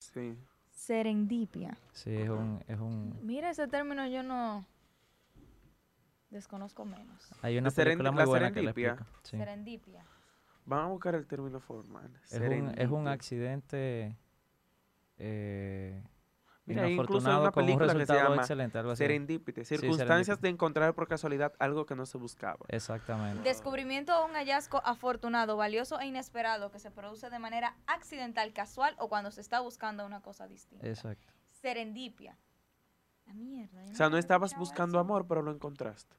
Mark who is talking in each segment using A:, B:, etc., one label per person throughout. A: Sí.
B: Serendipia.
C: Sí, es un, es un...
B: Mira, ese término yo no desconozco menos.
C: Hay una
A: La serendi-
C: película muy
A: la
C: buena que lo
A: serendipia.
C: explica. Sí.
B: Serendipia.
A: Vamos a buscar el término formal.
C: Es, un, es un
A: Serendipia.
C: accidente eh,
A: Mira, hay incluso
C: inafortunado
A: una
C: con un
A: película que se
C: resultado
A: llama
C: excelente, algo así.
A: Serendipity,
C: serendipity.
A: circunstancias de encontrar por casualidad algo que no se buscaba.
C: Exactamente.
B: Descubrimiento o un hallazgo afortunado, valioso e inesperado que se produce de manera accidental, casual o cuando se está buscando una cosa distinta.
C: Exacto.
B: Serendipia. La mierda. yo
A: O sea, no
B: había
A: estabas
B: escuchado
A: buscando
B: eso.
A: amor, pero lo encontraste.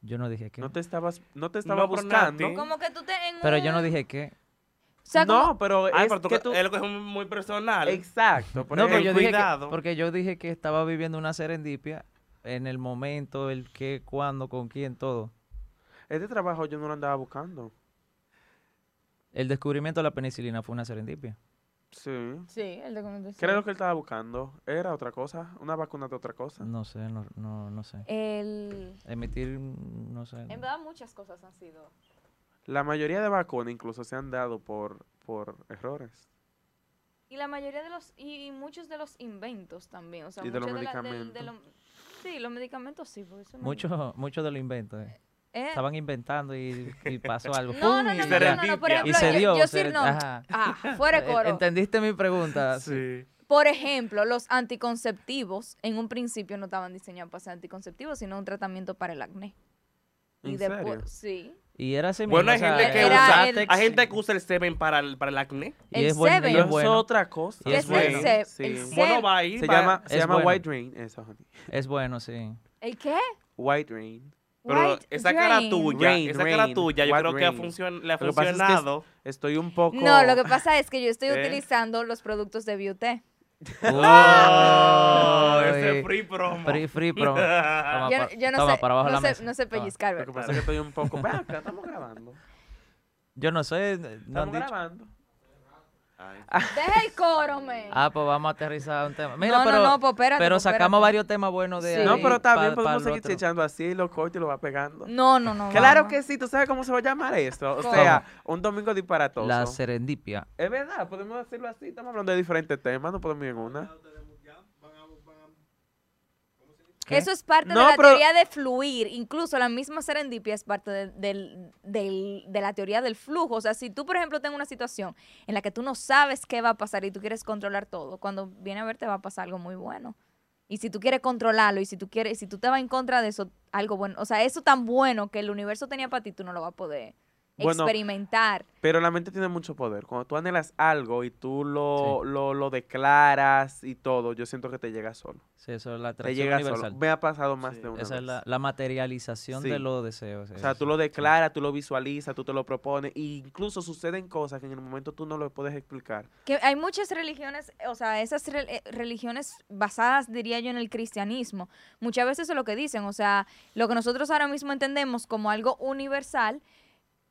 C: Yo no dije que.
A: No te estabas, no te estaba
D: No, pero nada,
A: buscando.
D: ti.
B: Como que tú te en
C: Pero yo
B: un-
C: no dije que.
B: O sea, como-
A: No, pero
D: Ay,
A: Pues es
D: pero tú-
A: que tú-
D: es lo que es muy personal.
A: Exacto. por
C: No, pero
D: ten
A: ejemplo.
C: yo dije que-
D: cuidado.
C: porque yo dije que estaba viviendo una serendipia en el momento, el qué, cuándo, con quién, todo.
A: Este trabajo yo no lo andaba buscando.
C: El descubrimiento de la penicilina fue una serendipia.
A: Sí.
B: Sí, el documento. sí.
A: ¿Qué era lo que él estaba buscando? ¿Era otra cosa? ¿Una vacuna de otra cosa?
C: No sé, no, no, no sé.
B: El...
C: Emitir, mm, no sé.
B: En verdad muchas cosas han sido.
A: La mayoría de vacunas incluso se han dado por, por errores.
B: Y la mayoría de los, y, y muchos de los inventos también. O sea,
A: Y de los
B: muchos la- del- de
A: medicamentos.
B: los- sí, los medicamentos sí, porque eso no-
C: Mucho, mucho de lo invento. eh.
B: Eh,
C: Estaban inventando y, y pasó algo.
B: No, no,
C: ¡pum!
B: no,
C: y
B: no,
C: ya.
B: no, no, no, por
D: Y
B: ejemplo,
C: Y se
B: yo-
C: dio.
B: yo
C: se-
B: sí, no.
C: ajá.
B: Ah, fuera de
C: Eh,
B: coro.
C: ¿Entendiste mi pregunta?
D: Ah, Sí.
B: Por ejemplo, los anticonceptivos en un principio no estaban diseñados para ser anticonceptivos, sino un tratamiento para el acné. Y
A: ¿En
B: después,
A: serio?
B: sí.
C: Y era así
D: Bueno,
C: mismo,
D: hay
C: o sea,
D: gente que
C: era
D: usa,
B: el-
C: látex
D: hay gente que usa el semen para el, para el acné.
C: y
B: el
C: es bueno, y
B: seven.
A: Pero
C: es
B: Pero
A: eso
C: bueno.
A: es otra cosa.
C: Y es
B: Es el
C: bueno.
B: se-
A: Sí.
B: el
A: Bueno,
B: se-
D: Bueno, va ahí.
A: Se
D: va-
A: llama, se
C: es
A: llama
C: bueno.
A: White Rain eso, honey.
C: Es bueno, sí.
B: ¿El qué?
A: White Rain.
D: Pero
B: White
D: esa cara
B: drain.
D: tuya,
A: Rain,
D: esa cara
A: rain,
D: tuya, yo
A: what
D: creo que ha
A: rain.
D: funcion- le ha
A: Lo que pasa es que es-
D: funcionado.
A: Estoy un poco...
B: No, lo que pasa es que yo estoy
D: ¿Eh?
B: utilizando los productos de Beauty.
D: Oh,
C: Ay,
D: ese free promo. Ah,
C: Free, free promo. Toma,
B: Yo,
C: pa-
B: yo no,
C: toma,
B: sé,
C: para abajo
B: no,
C: la
B: sé,
C: mesa.
B: no sé
C: Toma.
B: pellizcar,
A: Lo que
B: ¿verdad?
A: pasa es que estoy un poco... Ven acá, estamos grabando.
C: Yo no sé, no han
A: Estamos
C: dicho.
A: grabando.
D: Ay.
A: Ah,
B: Deja el coro, men.
C: Ah, pues vamos a aterrizar un tema. Mira,
B: no,
C: pero,
B: no, no, pues espérate.
C: pero
B: pues
C: sacamos
B: espérate.
C: varios temas buenos de
B: Sí.
C: ahí
A: No, pero está
C: pa-
A: bien,
C: para
A: podemos
C: el
A: seguir
C: otro.
A: echando así, lo corto y lo va pegando.
B: No, no, no.
A: Claro
B: vamos.
A: que sí, ¿tú sabes cómo se va a llamar esto? O
B: ¿Cómo?
A: sea, un domingo disparatoso.
C: La serendipia.
A: Es verdad, podemos decirlo así, estamos hablando de diferentes temas, no podemos ir en una.
C: ¿Qué?
B: Eso es parte
A: No,
B: de la
A: pero-
B: teoría de fluir. Incluso la misma serendipia es parte de, del- del- de la teoría del flujo. O sea, si tú, por ejemplo, tienes una situación en la que tú no sabes qué va a pasar y tú quieres controlar todo, cuando viene a ver te va a pasar algo muy bueno. Y si tú quieres controlarlo y si tú quieres, si tú te vas en contra de eso, algo bueno. O sea, eso tan bueno que el universo tenía para ti, tú no lo vas a poder
A: Bueno,
B: experimentar.
A: Pero la mente tiene mucho poder. Cuando tú anhelas algo y tú lo, lo, lo declaras y todo, yo siento que te llega solo.
C: Sí, eso es la
A: Te
C: atracción
A: llega
C: universal.
A: solo. Me ha pasado más
D: Sí.
A: de una
C: Esa
A: vez.
C: es la, la materialización
A: Sí.
C: de los deseos.
A: O sea, tú lo declaras, tú lo visualizas, tú te lo propones. E incluso suceden cosas que en el momento tú no lo puedes explicar.
B: Que hay muchas religiones, o sea, esas re- eh, religiones basadas, diría yo, en el cristianismo. Muchas veces eso es lo que dicen, o sea, lo que nosotros ahora mismo entendemos como algo universal,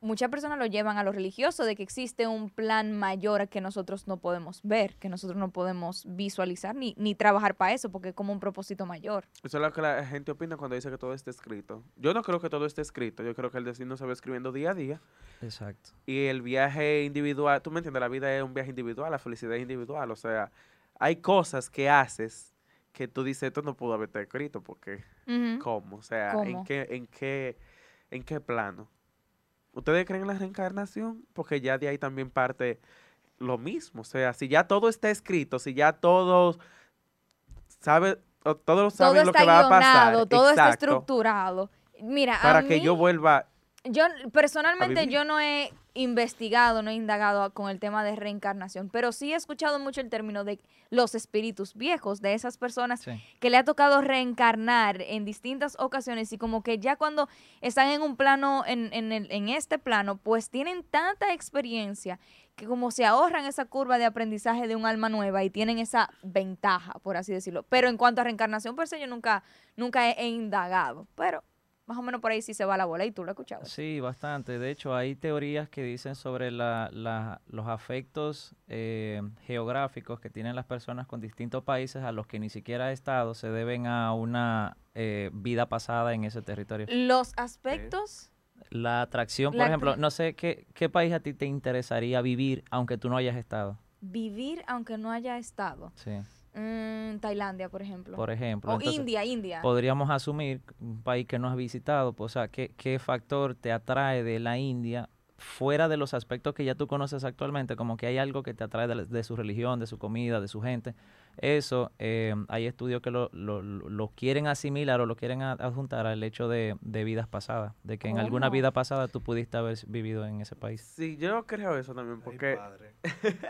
B: muchas personas lo llevan a lo religioso, de que existe un plan mayor que nosotros no podemos ver, que nosotros no podemos visualizar ni, ni trabajar para eso, porque es como un propósito mayor.
A: Eso es lo que la gente opina cuando dice que todo está escrito. Yo no creo que todo esté escrito. Yo creo que el destino se va escribiendo día a día.
C: Exacto.
A: Y el viaje individual, tú me entiendes, la vida es un viaje individual, la felicidad es individual. O sea, hay cosas que haces que tú dices, esto no pudo haberte escrito, porque
B: Ujú.
A: ¿cómo? O sea, ¿en,
B: ¿Cómo?
A: qué, en, qué, ¿en qué plano? ¿Ustedes creen en la reencarnación? Porque ya de ahí también parte lo mismo. O sea, si ya todo está escrito, si ya todos sabe, o todos
B: Todo
A: saben lo
B: está
A: que va a
B: guionado,
A: pasar.
B: todo está
A: exacto,
B: estructurado. Mira,
A: Para
B: a
A: que
B: mí-
A: yo vuelva.
B: Yo personalmente
A: vivir.
B: yo no he investigado, no he indagado a- con el tema de reencarnación, pero sí he escuchado mucho el término de los espíritus viejos, de esas personas
C: Sí.
B: que le ha tocado reencarnar en distintas ocasiones y como que ya cuando están en un plano, en, en el- en este plano, pues tienen tanta experiencia que como se ahorran esa curva de aprendizaje de un alma nueva y tienen esa ventaja, por así decirlo. Pero en cuanto a reencarnación, por eso yo nunca, nunca he, he indagado, pero más o menos por ahí sí se va la bola y tú lo has escuchado.
C: Sí, bastante. De hecho, hay teorías que dicen sobre la- la- los afectos eh, geográficos que tienen las personas con distintos países a los que ni siquiera ha estado se deben a una eh, vida pasada en ese territorio.
B: Los aspectos,
C: La atracción, por
B: La
C: ejemplo,
B: atrac-
C: no sé qué, qué país a ti te interesaría vivir aunque tú no hayas estado.
B: vivir aunque no haya estado.
C: Sí,
B: Mm, Tailandia, por ejemplo.
C: por ejemplo.
B: o
C: Entonces,
B: India, India.
C: Podríamos asumir un país que no has visitado, pues, o sea, ¿qué, qué factor te atrae de la India fuera de los aspectos que ya tú conoces actualmente? Como que hay algo que te atrae de, la- de su religión, de su comida, de su gente. Eso, eh, hay estudios que lo, lo- lo- lo quieren asimilar o lo quieren a- adjuntar al hecho de, de vidas pasadas, de que en alguna
B: ¿Cómo?
C: vida pasada tú pudiste haber vivido en ese país.
A: Sí, yo creo eso también, porque
D: padre.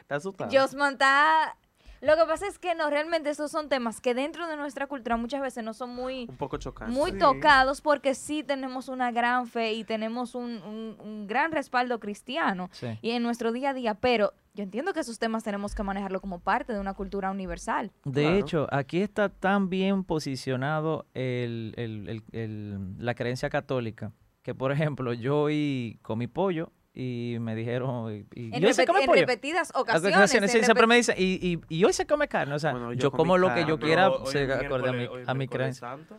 A: está asustado.
B: Josman está... Lo que pasa es que no, realmente esos son temas que dentro de nuestra cultura muchas veces no son muy,
A: Un poco chocante.
B: muy
D: Sí.
B: tocados porque sí tenemos una gran fe y tenemos un, un- un gran respaldo cristiano
C: Sí.
B: y en nuestro día a día, pero yo entiendo que esos temas tenemos que manejarlo como parte de una cultura universal.
C: De
A: Claro.
C: hecho, aquí está tan bien posicionado el- el- el- el- la creencia católica que, por ejemplo, yo hoy comí pollo y me dijeron, y, y
B: En,
C: hoy se
B: repet-
C: come
B: en
C: pollo.
B: repetidas
C: Hace
B: ocasiones.
C: ocasiones, sí,
B: en
C: siempre
B: repet-
C: me dicen, y, y- y hoy se come carne, o sea,
A: Bueno,
C: yo,
A: yo comí
C: como lo que yo
A: carne.
C: quiera,
D: Pero hoy
C: se
D: es
C: acorde a mi,
D: miércoles- hoy es
C: a mi
D: miércoles
C: creencia.
D: santo.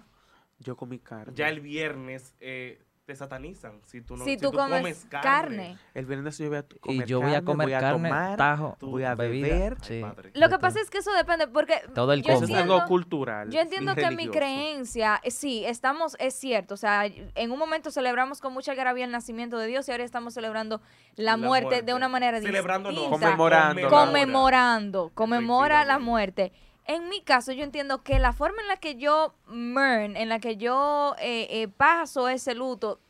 A: Yo comí carne.
D: Ya el viernes eh, te satanizan si tú, no,
B: si tú comes, carne.
A: El viernes yo voy a t-
C: Y
A: comer
C: yo voy a
A: carne,
C: comer
A: voy a
C: carne,
A: tomar,
C: tajo,
A: voy a
C: bebida.
A: beber.
C: sí.
D: padre.
B: Lo que pasa es que eso depende porque
C: Todo el
B: yo
A: Eso
C: combo.
A: es
B: entiendo-
A: algo cultural.
B: Yo entiendo
A: y
B: que mi
A: religioso.
B: creencia, eh, sí, estamos, es cierto, o sea, en un momento celebramos con mucha algarabía el nacimiento de Dios y ahora estamos celebrando la,
D: La
B: muerte,
D: muerte.
B: de una manera
D: Celebrando no.
B: distinta.
A: Conmemorando.
B: Conmemorando, conmemora la
D: Efectivamente.
B: muerte. En mi caso, yo entiendo que la forma en la que yo mourn, en la que yo eh, eh, paso ese luto,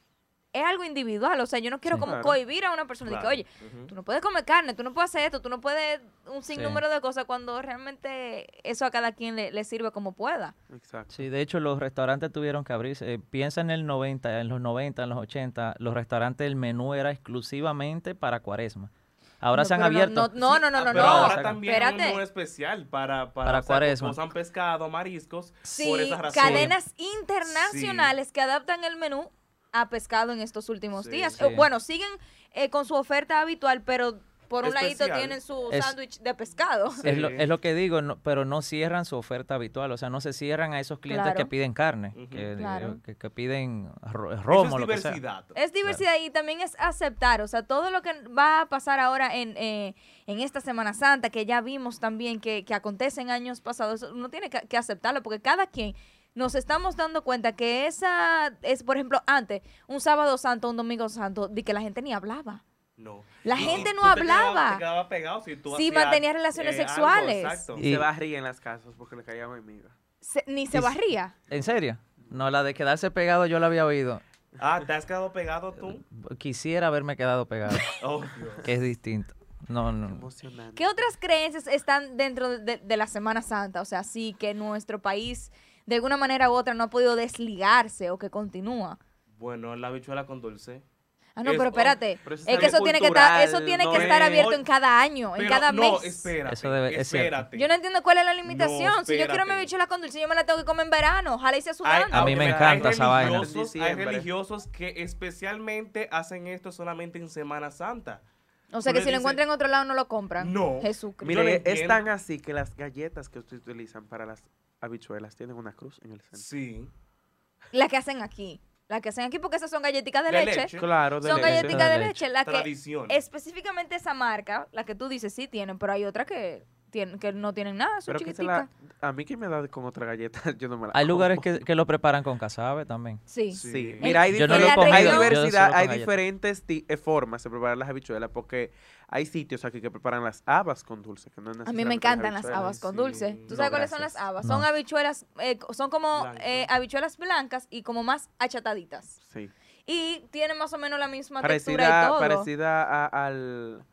B: es algo individual, o sea, yo no quiero
C: Sí.
B: como
A: Claro.
B: cohibir a una persona de que,
D: Claro.
B: oye,
D: Ujú.
B: tú no puedes comer carne, tú no puedes hacer esto, tú no puedes un sinnúmero de cosas cuando realmente eso a cada quien le, le sirve como pueda.
A: Exacto.
C: Sí, de hecho los restaurantes tuvieron que abrirse. Eh, piensa en el 90, en los 90, en los 80, los restaurantes el menú era exclusivamente para Cuaresma. Ahora
B: No,
C: se han
B: pero no-
C: abierto.
B: No, no, no, no, no.
D: Ah, Pero ahora
C: saca.
D: también
B: Espérate.
D: es muy especial para, para,
C: Para
D: o sea,
C: cuaresma.
D: usan pescado, mariscos.
B: Sí,
D: por esa razón.
B: cadenas internacionales que adaptan el menú a pescado en estos últimos
D: Sí,
B: días.
C: sí.
B: Eh, Bueno, siguen eh, con su oferta habitual, pero por un ladito
D: Especial.
B: tienen su
C: Es-
B: sándwich de pescado.
C: Es lo,
D: Sí.
C: es lo que digo, no- pero no cierran su oferta habitual, o sea, no se cierran a esos clientes que
B: Claro.
C: piden carne,
D: Ujú.
C: que,
B: Claro.
C: que- que piden ro-
D: Eso
C: romo,
D: es
C: lo que sea.
D: diversidad.
B: Es diversidad y también es aceptar, o sea, todo lo que va a pasar ahora en, eh, en esta Semana Santa, que ya vimos también que, que acontece en años pasados, uno tiene que, que aceptarlo porque cada quien nos estamos dando cuenta que esa es, por ejemplo, antes, un sábado santo, un domingo santo, de que la gente ni hablaba.
D: No.
B: La
D: Y
B: gente no
D: tú te quedabas-
B: hablaba.
D: te quedabas pegado si tú
B: Sí,
D: hacías, eh,
B: mantenía relaciones
D: algo,
B: sexuales.
D: exacto.
A: Y
C: Y-
A: se va a rir en las casas porque le caía a mi amiga.
B: Se- ni se
C: Es-
B: barría.
C: ¿En serio? No, la de quedarse pegado yo la había oído.
D: Ah, ¿te has quedado pegado tú?
C: Quisiera haberme quedado pegado,
D: Oh, Dios.
C: que es distinto. No,
A: Qué
C: no.
A: emocionante.
B: ¿Qué otras creencias están dentro de, de la Semana Santa? O sea, sí, que nuestro país de alguna manera u otra no ha podido desligarse o que continúa.
D: Bueno, la bichuela con dulce.
B: Ah, no,
D: Es-
B: pero espérate.
A: pero eso es
B: Es que eso
A: algo
B: tiene que estar, eso
A: cultural,
B: tiene
A: no
B: que estar
D: es-
B: abierto en cada año, en
D: Pero
B: cada mes.
D: No, espérate.
C: Eso debe- es cierto.
D: espérate.
B: Yo no entiendo cuál es la limitación.
D: No,
B: si yo quiero
D: espérate.
B: mi bichuela con dulce, yo me la tengo que comer en verano. Ojalá y sea
D: Hay-
B: sudando.
C: A mí me
D: hay
C: encanta esa vaina.
D: religiosos- Hay
A: Diciembre.
D: religiosos que especialmente hacen esto solamente en Semana Santa.
B: o sea,
D: tú
B: que si lo
D: le dices-
B: encuentran en otro lado no lo compran.
D: No.
B: Jesucristo.
D: Yo no
A: Mire, es
D: entiendo.
A: tan así que las galletas que ustedes utilizan para las habichuelas tienen una cruz en el centro.
D: Sí.
B: La que hacen aquí. La que hacen aquí porque esas son galletitas de,
D: De
B: leche.
D: leche.
A: Claro, de
B: Son
A: leche.
B: galletitas de
C: De
B: leche.
C: leche.
B: La que
D: Tradición.
B: específicamente esa marca, la que tú dices, sí tienen, pero hay otra que, tienen, que no tienen nada, son
A: Pero que se
B: chiquiticas.
A: la, a mí que me da con otra galleta, yo no me la
C: Hay lugares
A: como.
C: que, que lo preparan con casabe también.
B: Sí.
D: Sí.
A: Sí,
D: En-
A: mira, hay,
C: Yo no
B: lo he
A: diferen-
B: comido,
A: hay
B: yo solo
A: diversidad,
C: con
A: hay
C: galletas.
A: diferentes ti- eh, formas de preparar las habichuelas porque hay sitios aquí que preparan las habas con dulce, que no es
B: A mí me
A: necesariamente
B: encantan las
A: habichuelas.
B: habas con
D: sí.
B: dulce. ¿Tú
D: No,
B: sabes cuáles son las
A: gracias.
B: habas?
C: No.
B: Son habichuelas, eh, co- son como
D: Blancas.
B: eh, habichuelas blancas y como más achataditas.
A: Sí.
B: Y tienen más o menos la misma textura y
A: Parecida,
B: todo.
A: parecida a- al,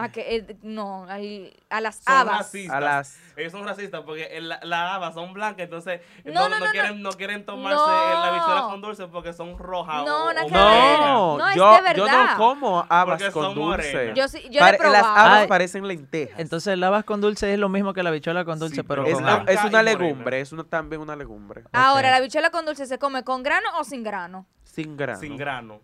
B: A que, eh, no, al- a las
D: Son
B: habas.
D: racistas.
A: a las...
D: Ellos son racistas porque el- la- las habas son blancas, entonces
B: No, no,
D: no, no
B: no, no.
D: quieren, no quieren tomarse
B: No.
D: el- la bichuela con dulce porque son rojas.
B: No,
D: o-
B: nada
D: o
B: que ver.
D: morenas.
A: No,
B: No, es
A: yo,
B: de
A: yo
B: verdad.
A: no como habas
D: Porque
A: con
D: son
A: dulce.
D: morenas.
B: Yo, sí- yo
A: Pare-
B: le he
A: las
B: probado.
A: habas
C: Ay.
A: parecen lentejas.
C: Entonces, la habas con dulce es lo mismo que la bichuela con
D: Sí,
C: dulce, pero
A: es,
C: con
A: una-
D: la-
C: habas.
A: es una
D: morena.
A: legumbre, es una- también una legumbre.
B: Ahora,
C: Ok.
B: la habichuela con dulce se come con grano o sin grano.
A: Sin grano.
D: Sin grano.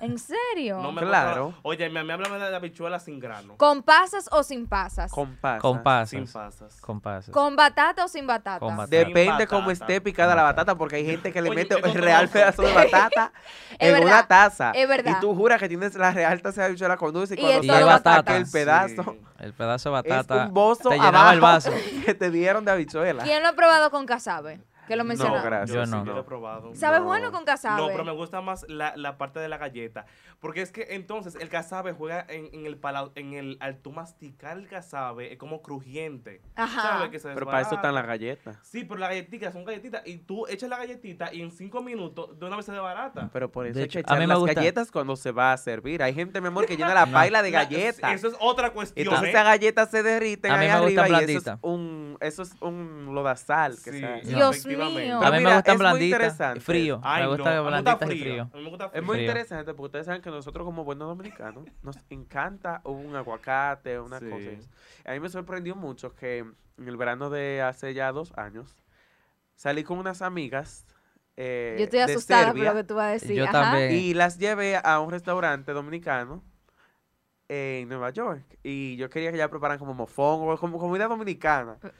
B: ¿En serio?
D: No me
A: Claro.
D: gusta- Oye, me, me hablan de habichuelas sin grano.
B: ¿Con pasas o sin pasas?
A: Con pasas.
C: Con
D: Sin
C: pasas.
D: pasas.
C: Con pasas.
B: ¿Con batata o sin batata?
C: Con batata.
A: Depende
D: Sin
A: cómo
D: batata.
A: esté picada
C: Con
A: la
C: batata.
A: batata, porque hay gente que le
D: Oye,
A: mete
D: yo
A: el
D: no
A: real
D: conozco.
A: pedazo de batata
B: Es
A: en una
B: verdad,
A: taza.
B: es verdad.
A: Y tú juras que tienes la real taza de habichuela con dulce y
B: Y
A: cuando
B: es
A: te
C: todo
A: llevas
C: batata.
A: aquel pedazo,
D: Sí.
C: El pedazo de
A: es
C: batata.
A: un bozo
C: te llenaba
A: abajo
C: el vaso.
A: que te dieron de habichuela.
B: ¿Quién lo ha probado con casabe? Que lo mencionaba.
A: gracias.
D: Yo,
C: Yo
D: sí,
C: no.
D: yo lo he probado.
B: ¿Sabe
A: No.
B: bueno con casabe?
D: No, pero me gusta más la, la parte de la galleta. Porque es que entonces el casabe juega en, en el palado, en el, al tú masticar el casabe, es como crujiente.
B: Ajá.
D: ¿Sabe? Que se
A: Pero para eso
D: desbarata.
A: están las galletas.
D: Sí, pero las galletitas son galletitas y tú echas la galletita y en cinco minutos de una vez se desbarata.
A: Pero por eso
C: De
A: hay que
C: hecho, a
A: echar
C: mí me
A: las
C: gusta.
A: galletas cuando se va a servir. Hay gente, mi amor, que llena la paila de
D: La-
A: galletas.
D: Eso es otra cuestión.
A: Entonces
D: ¿eh?
A: esas galletas se derriten
C: A mí
A: ahí
C: me gustan
A: arriba y eso es
C: blanditas.
A: un, eso es un lodazal. Que
D: Sí,
A: se hace.
C: No.
B: Dios
D: efectivamente.
B: mío.
C: A
A: Pero
C: mí
A: mira,
C: me gustan
A: es muy
C: blanditas.
A: interesante.
C: y Frío.
D: Ay,
C: me gustan
D: no, a mí me gusta
C: blanditas y
D: frío.
C: frío.
D: A mí me gusta
A: Es
D: frío.
A: muy
C: Frío.
A: interesante porque ustedes saben que nosotros como buenos dominicanos nos encanta un aguacate, una
D: Sí.
A: cosa. y eso. A mí me sorprendió mucho que en el verano de hace ya dos años salí con unas amigas eh,
B: Yo estoy
A: de
B: asustada por
A: Serbia.
B: lo que tú vas a decir.
C: Yo
B: Ajá.
C: también.
A: Y las llevé a un restaurante dominicano en Nueva York. Y yo quería que ya prepararan como mofongo, como comida dominicana.
B: Eh.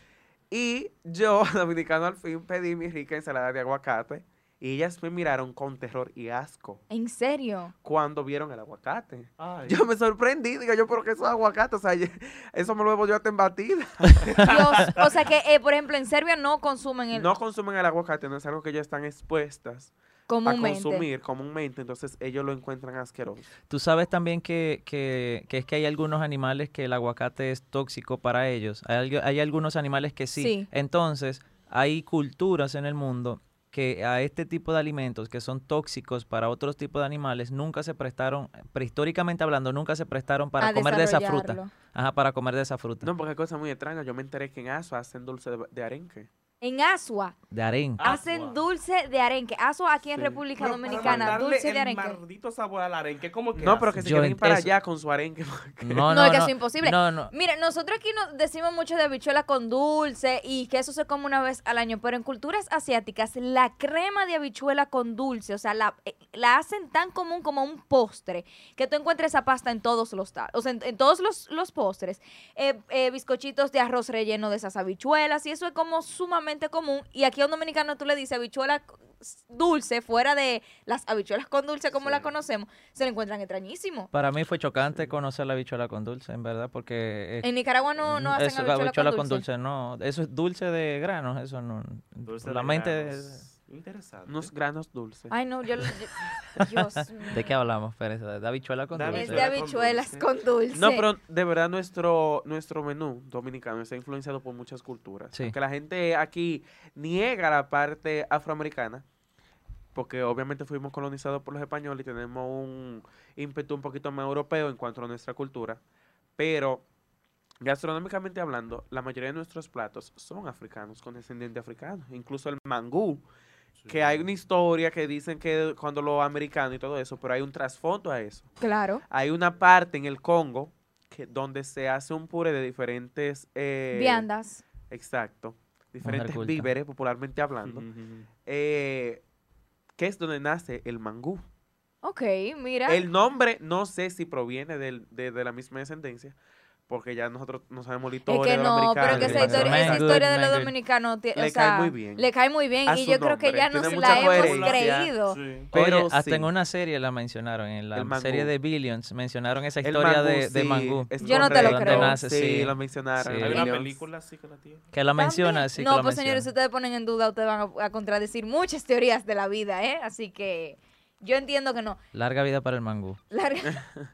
A: Y yo, dominicano al fin, pedí mi rica ensalada de aguacate. Y ellas me miraron con terror y asco
B: ¿En serio?
A: cuando vieron el aguacate.
D: Ay.
A: Yo me sorprendí, digo yo, pero que eso es aguacate, o sea, ye- eso me lo debo yo hasta en batida.
B: Dios, o sea que, eh, por ejemplo, en Serbia no consumen el
A: No consumen el aguacate, no es algo que ellas están expuestas a
B: comúnmente.
A: consumir comúnmente, entonces ellos lo encuentran asqueroso.
C: Tú sabes también que, que, que es que hay algunos animales que el aguacate es tóxico para ellos. Hay, algu- hay algunos animales que sí.
B: Sí.
C: Entonces, hay culturas en el mundo que a este tipo de alimentos que son tóxicos para otros tipos de animales nunca se prestaron, prehistóricamente hablando, nunca se prestaron para
B: a
C: comer de esa fruta.
B: desarrollarlo.
C: Ajá, para comer de esa fruta.
A: No, porque es cosa muy extraña, yo me enteré que en Aso hacen dulce de, de arenque.
B: En Asua
C: De
A: Ah,
C: arenque.
D: Asua.
B: hacen dulce de arenque. Asua aquí en
A: Sí.
B: República
D: Pero para
B: Dominicana,
D: darle
B: dulce
D: el
B: de arenque.
D: maldito sabor al arenque, ¿cómo que
A: No, pero que
D: hace?
A: se
C: Yo
A: quieren ir para
C: ent- eso-
A: allá con su arenque. porque-
C: No, no,
B: No, es que
C: no.
B: eso es imposible.
C: No, no.
B: Mira, nosotros aquí nos decimos mucho de habichuela con dulce y que eso se come una vez al año, pero en culturas asiáticas la crema de habichuela con dulce, o sea, la, eh, la hacen tan común como un postre, que tú encuentres esa pasta en todos los ta- o sea, en, en todos los, los postres, Eh, eh, bizcochitos de arroz relleno de esas habichuelas y eso es como sumamente común y aquí a un dominicano tú le dices habichuela c- dulce fuera de las habichuelas con dulce como
D: Sí.
B: la conocemos, se le encuentran extrañísimo.
C: Para mí fue chocante conocer la bichuela con dulce, en verdad, porque... eh,
B: En Nicaragua no, no hacen
C: eso,
B: habichuela,
C: habichuela
B: con dulce.
C: no. Eso es dulce de granos, eso no.
D: Dulce
C: la
D: de
C: mente.
D: granos. Interesante.
A: Unos granos dulces.
B: Ay, no, yo. lo- yo- Dios. mío.
C: ¿De qué hablamos, Pérez? De habichuela con
D: De
C: dulce.
B: Es de habichuelas con dulce.
A: No, pero de verdad nuestro, nuestro menú dominicano está influenciado por muchas culturas.
C: Sí.
A: Aunque la gente aquí niega la parte afroamericana, porque obviamente fuimos colonizados por los españoles y tenemos un ímpetu un poquito más europeo en cuanto a nuestra cultura. Pero gastronómicamente hablando, la mayoría de nuestros platos son africanos, con descendiente africano. Incluso el mangú, que hay una historia que dicen que cuando los americanos y todo eso, pero hay un trasfondo a eso
B: Claro.
A: hay una parte en el Congo que, donde se hace un puré de diferentes... eh,
B: Viandas.
A: Exacto. Diferentes
C: culta.
A: víveres, popularmente hablando.
D: Ujú.
A: eh, que es donde nace el mangú.
B: Ok, mira.
A: El nombre no sé si proviene del- de, de la misma descendencia, porque ya nosotros no sabemos la
B: es
A: historia
B: que
A: de los
B: no, pero
A: americanos,
B: que
A: de
B: esa
A: los
B: historia, esa
A: europeos.
C: Mango,
B: historia de los
C: mango.
B: dominicanos ti- o
A: Le cae
B: sea,
A: muy bien.
B: Le cae muy bien
A: A
B: y
A: su
B: yo creo que
A: nombre.
B: ya nos
A: Tiene
B: la
A: mucha
B: hemos
A: coherencia.
B: creído.
D: Sí.
A: Pero
C: Oye, hasta
A: sí.
C: en una serie la mencionaron, en la
A: El mangú.
C: serie de Billions mencionaron esa
A: El
C: historia de,
A: mangú,
C: de
A: sí,
C: mangú.
A: es
B: Yo no te lo
A: correcto.
B: creo.
C: Nace, sí.
A: Sí, lo mencionaron.
C: Sí.
D: Hay una
A: Billions.
D: película así que la tiene.
C: Que la menciona,
B: También.
C: sí. que
B: No,
C: la
B: pues señores, si
C: menciona.
B: ustedes ponen en duda, ustedes van a, a contradecir muchas teorías de la vida, ¿eh? Así que yo entiendo que no.
C: Larga vida para el mangú.
B: Larga-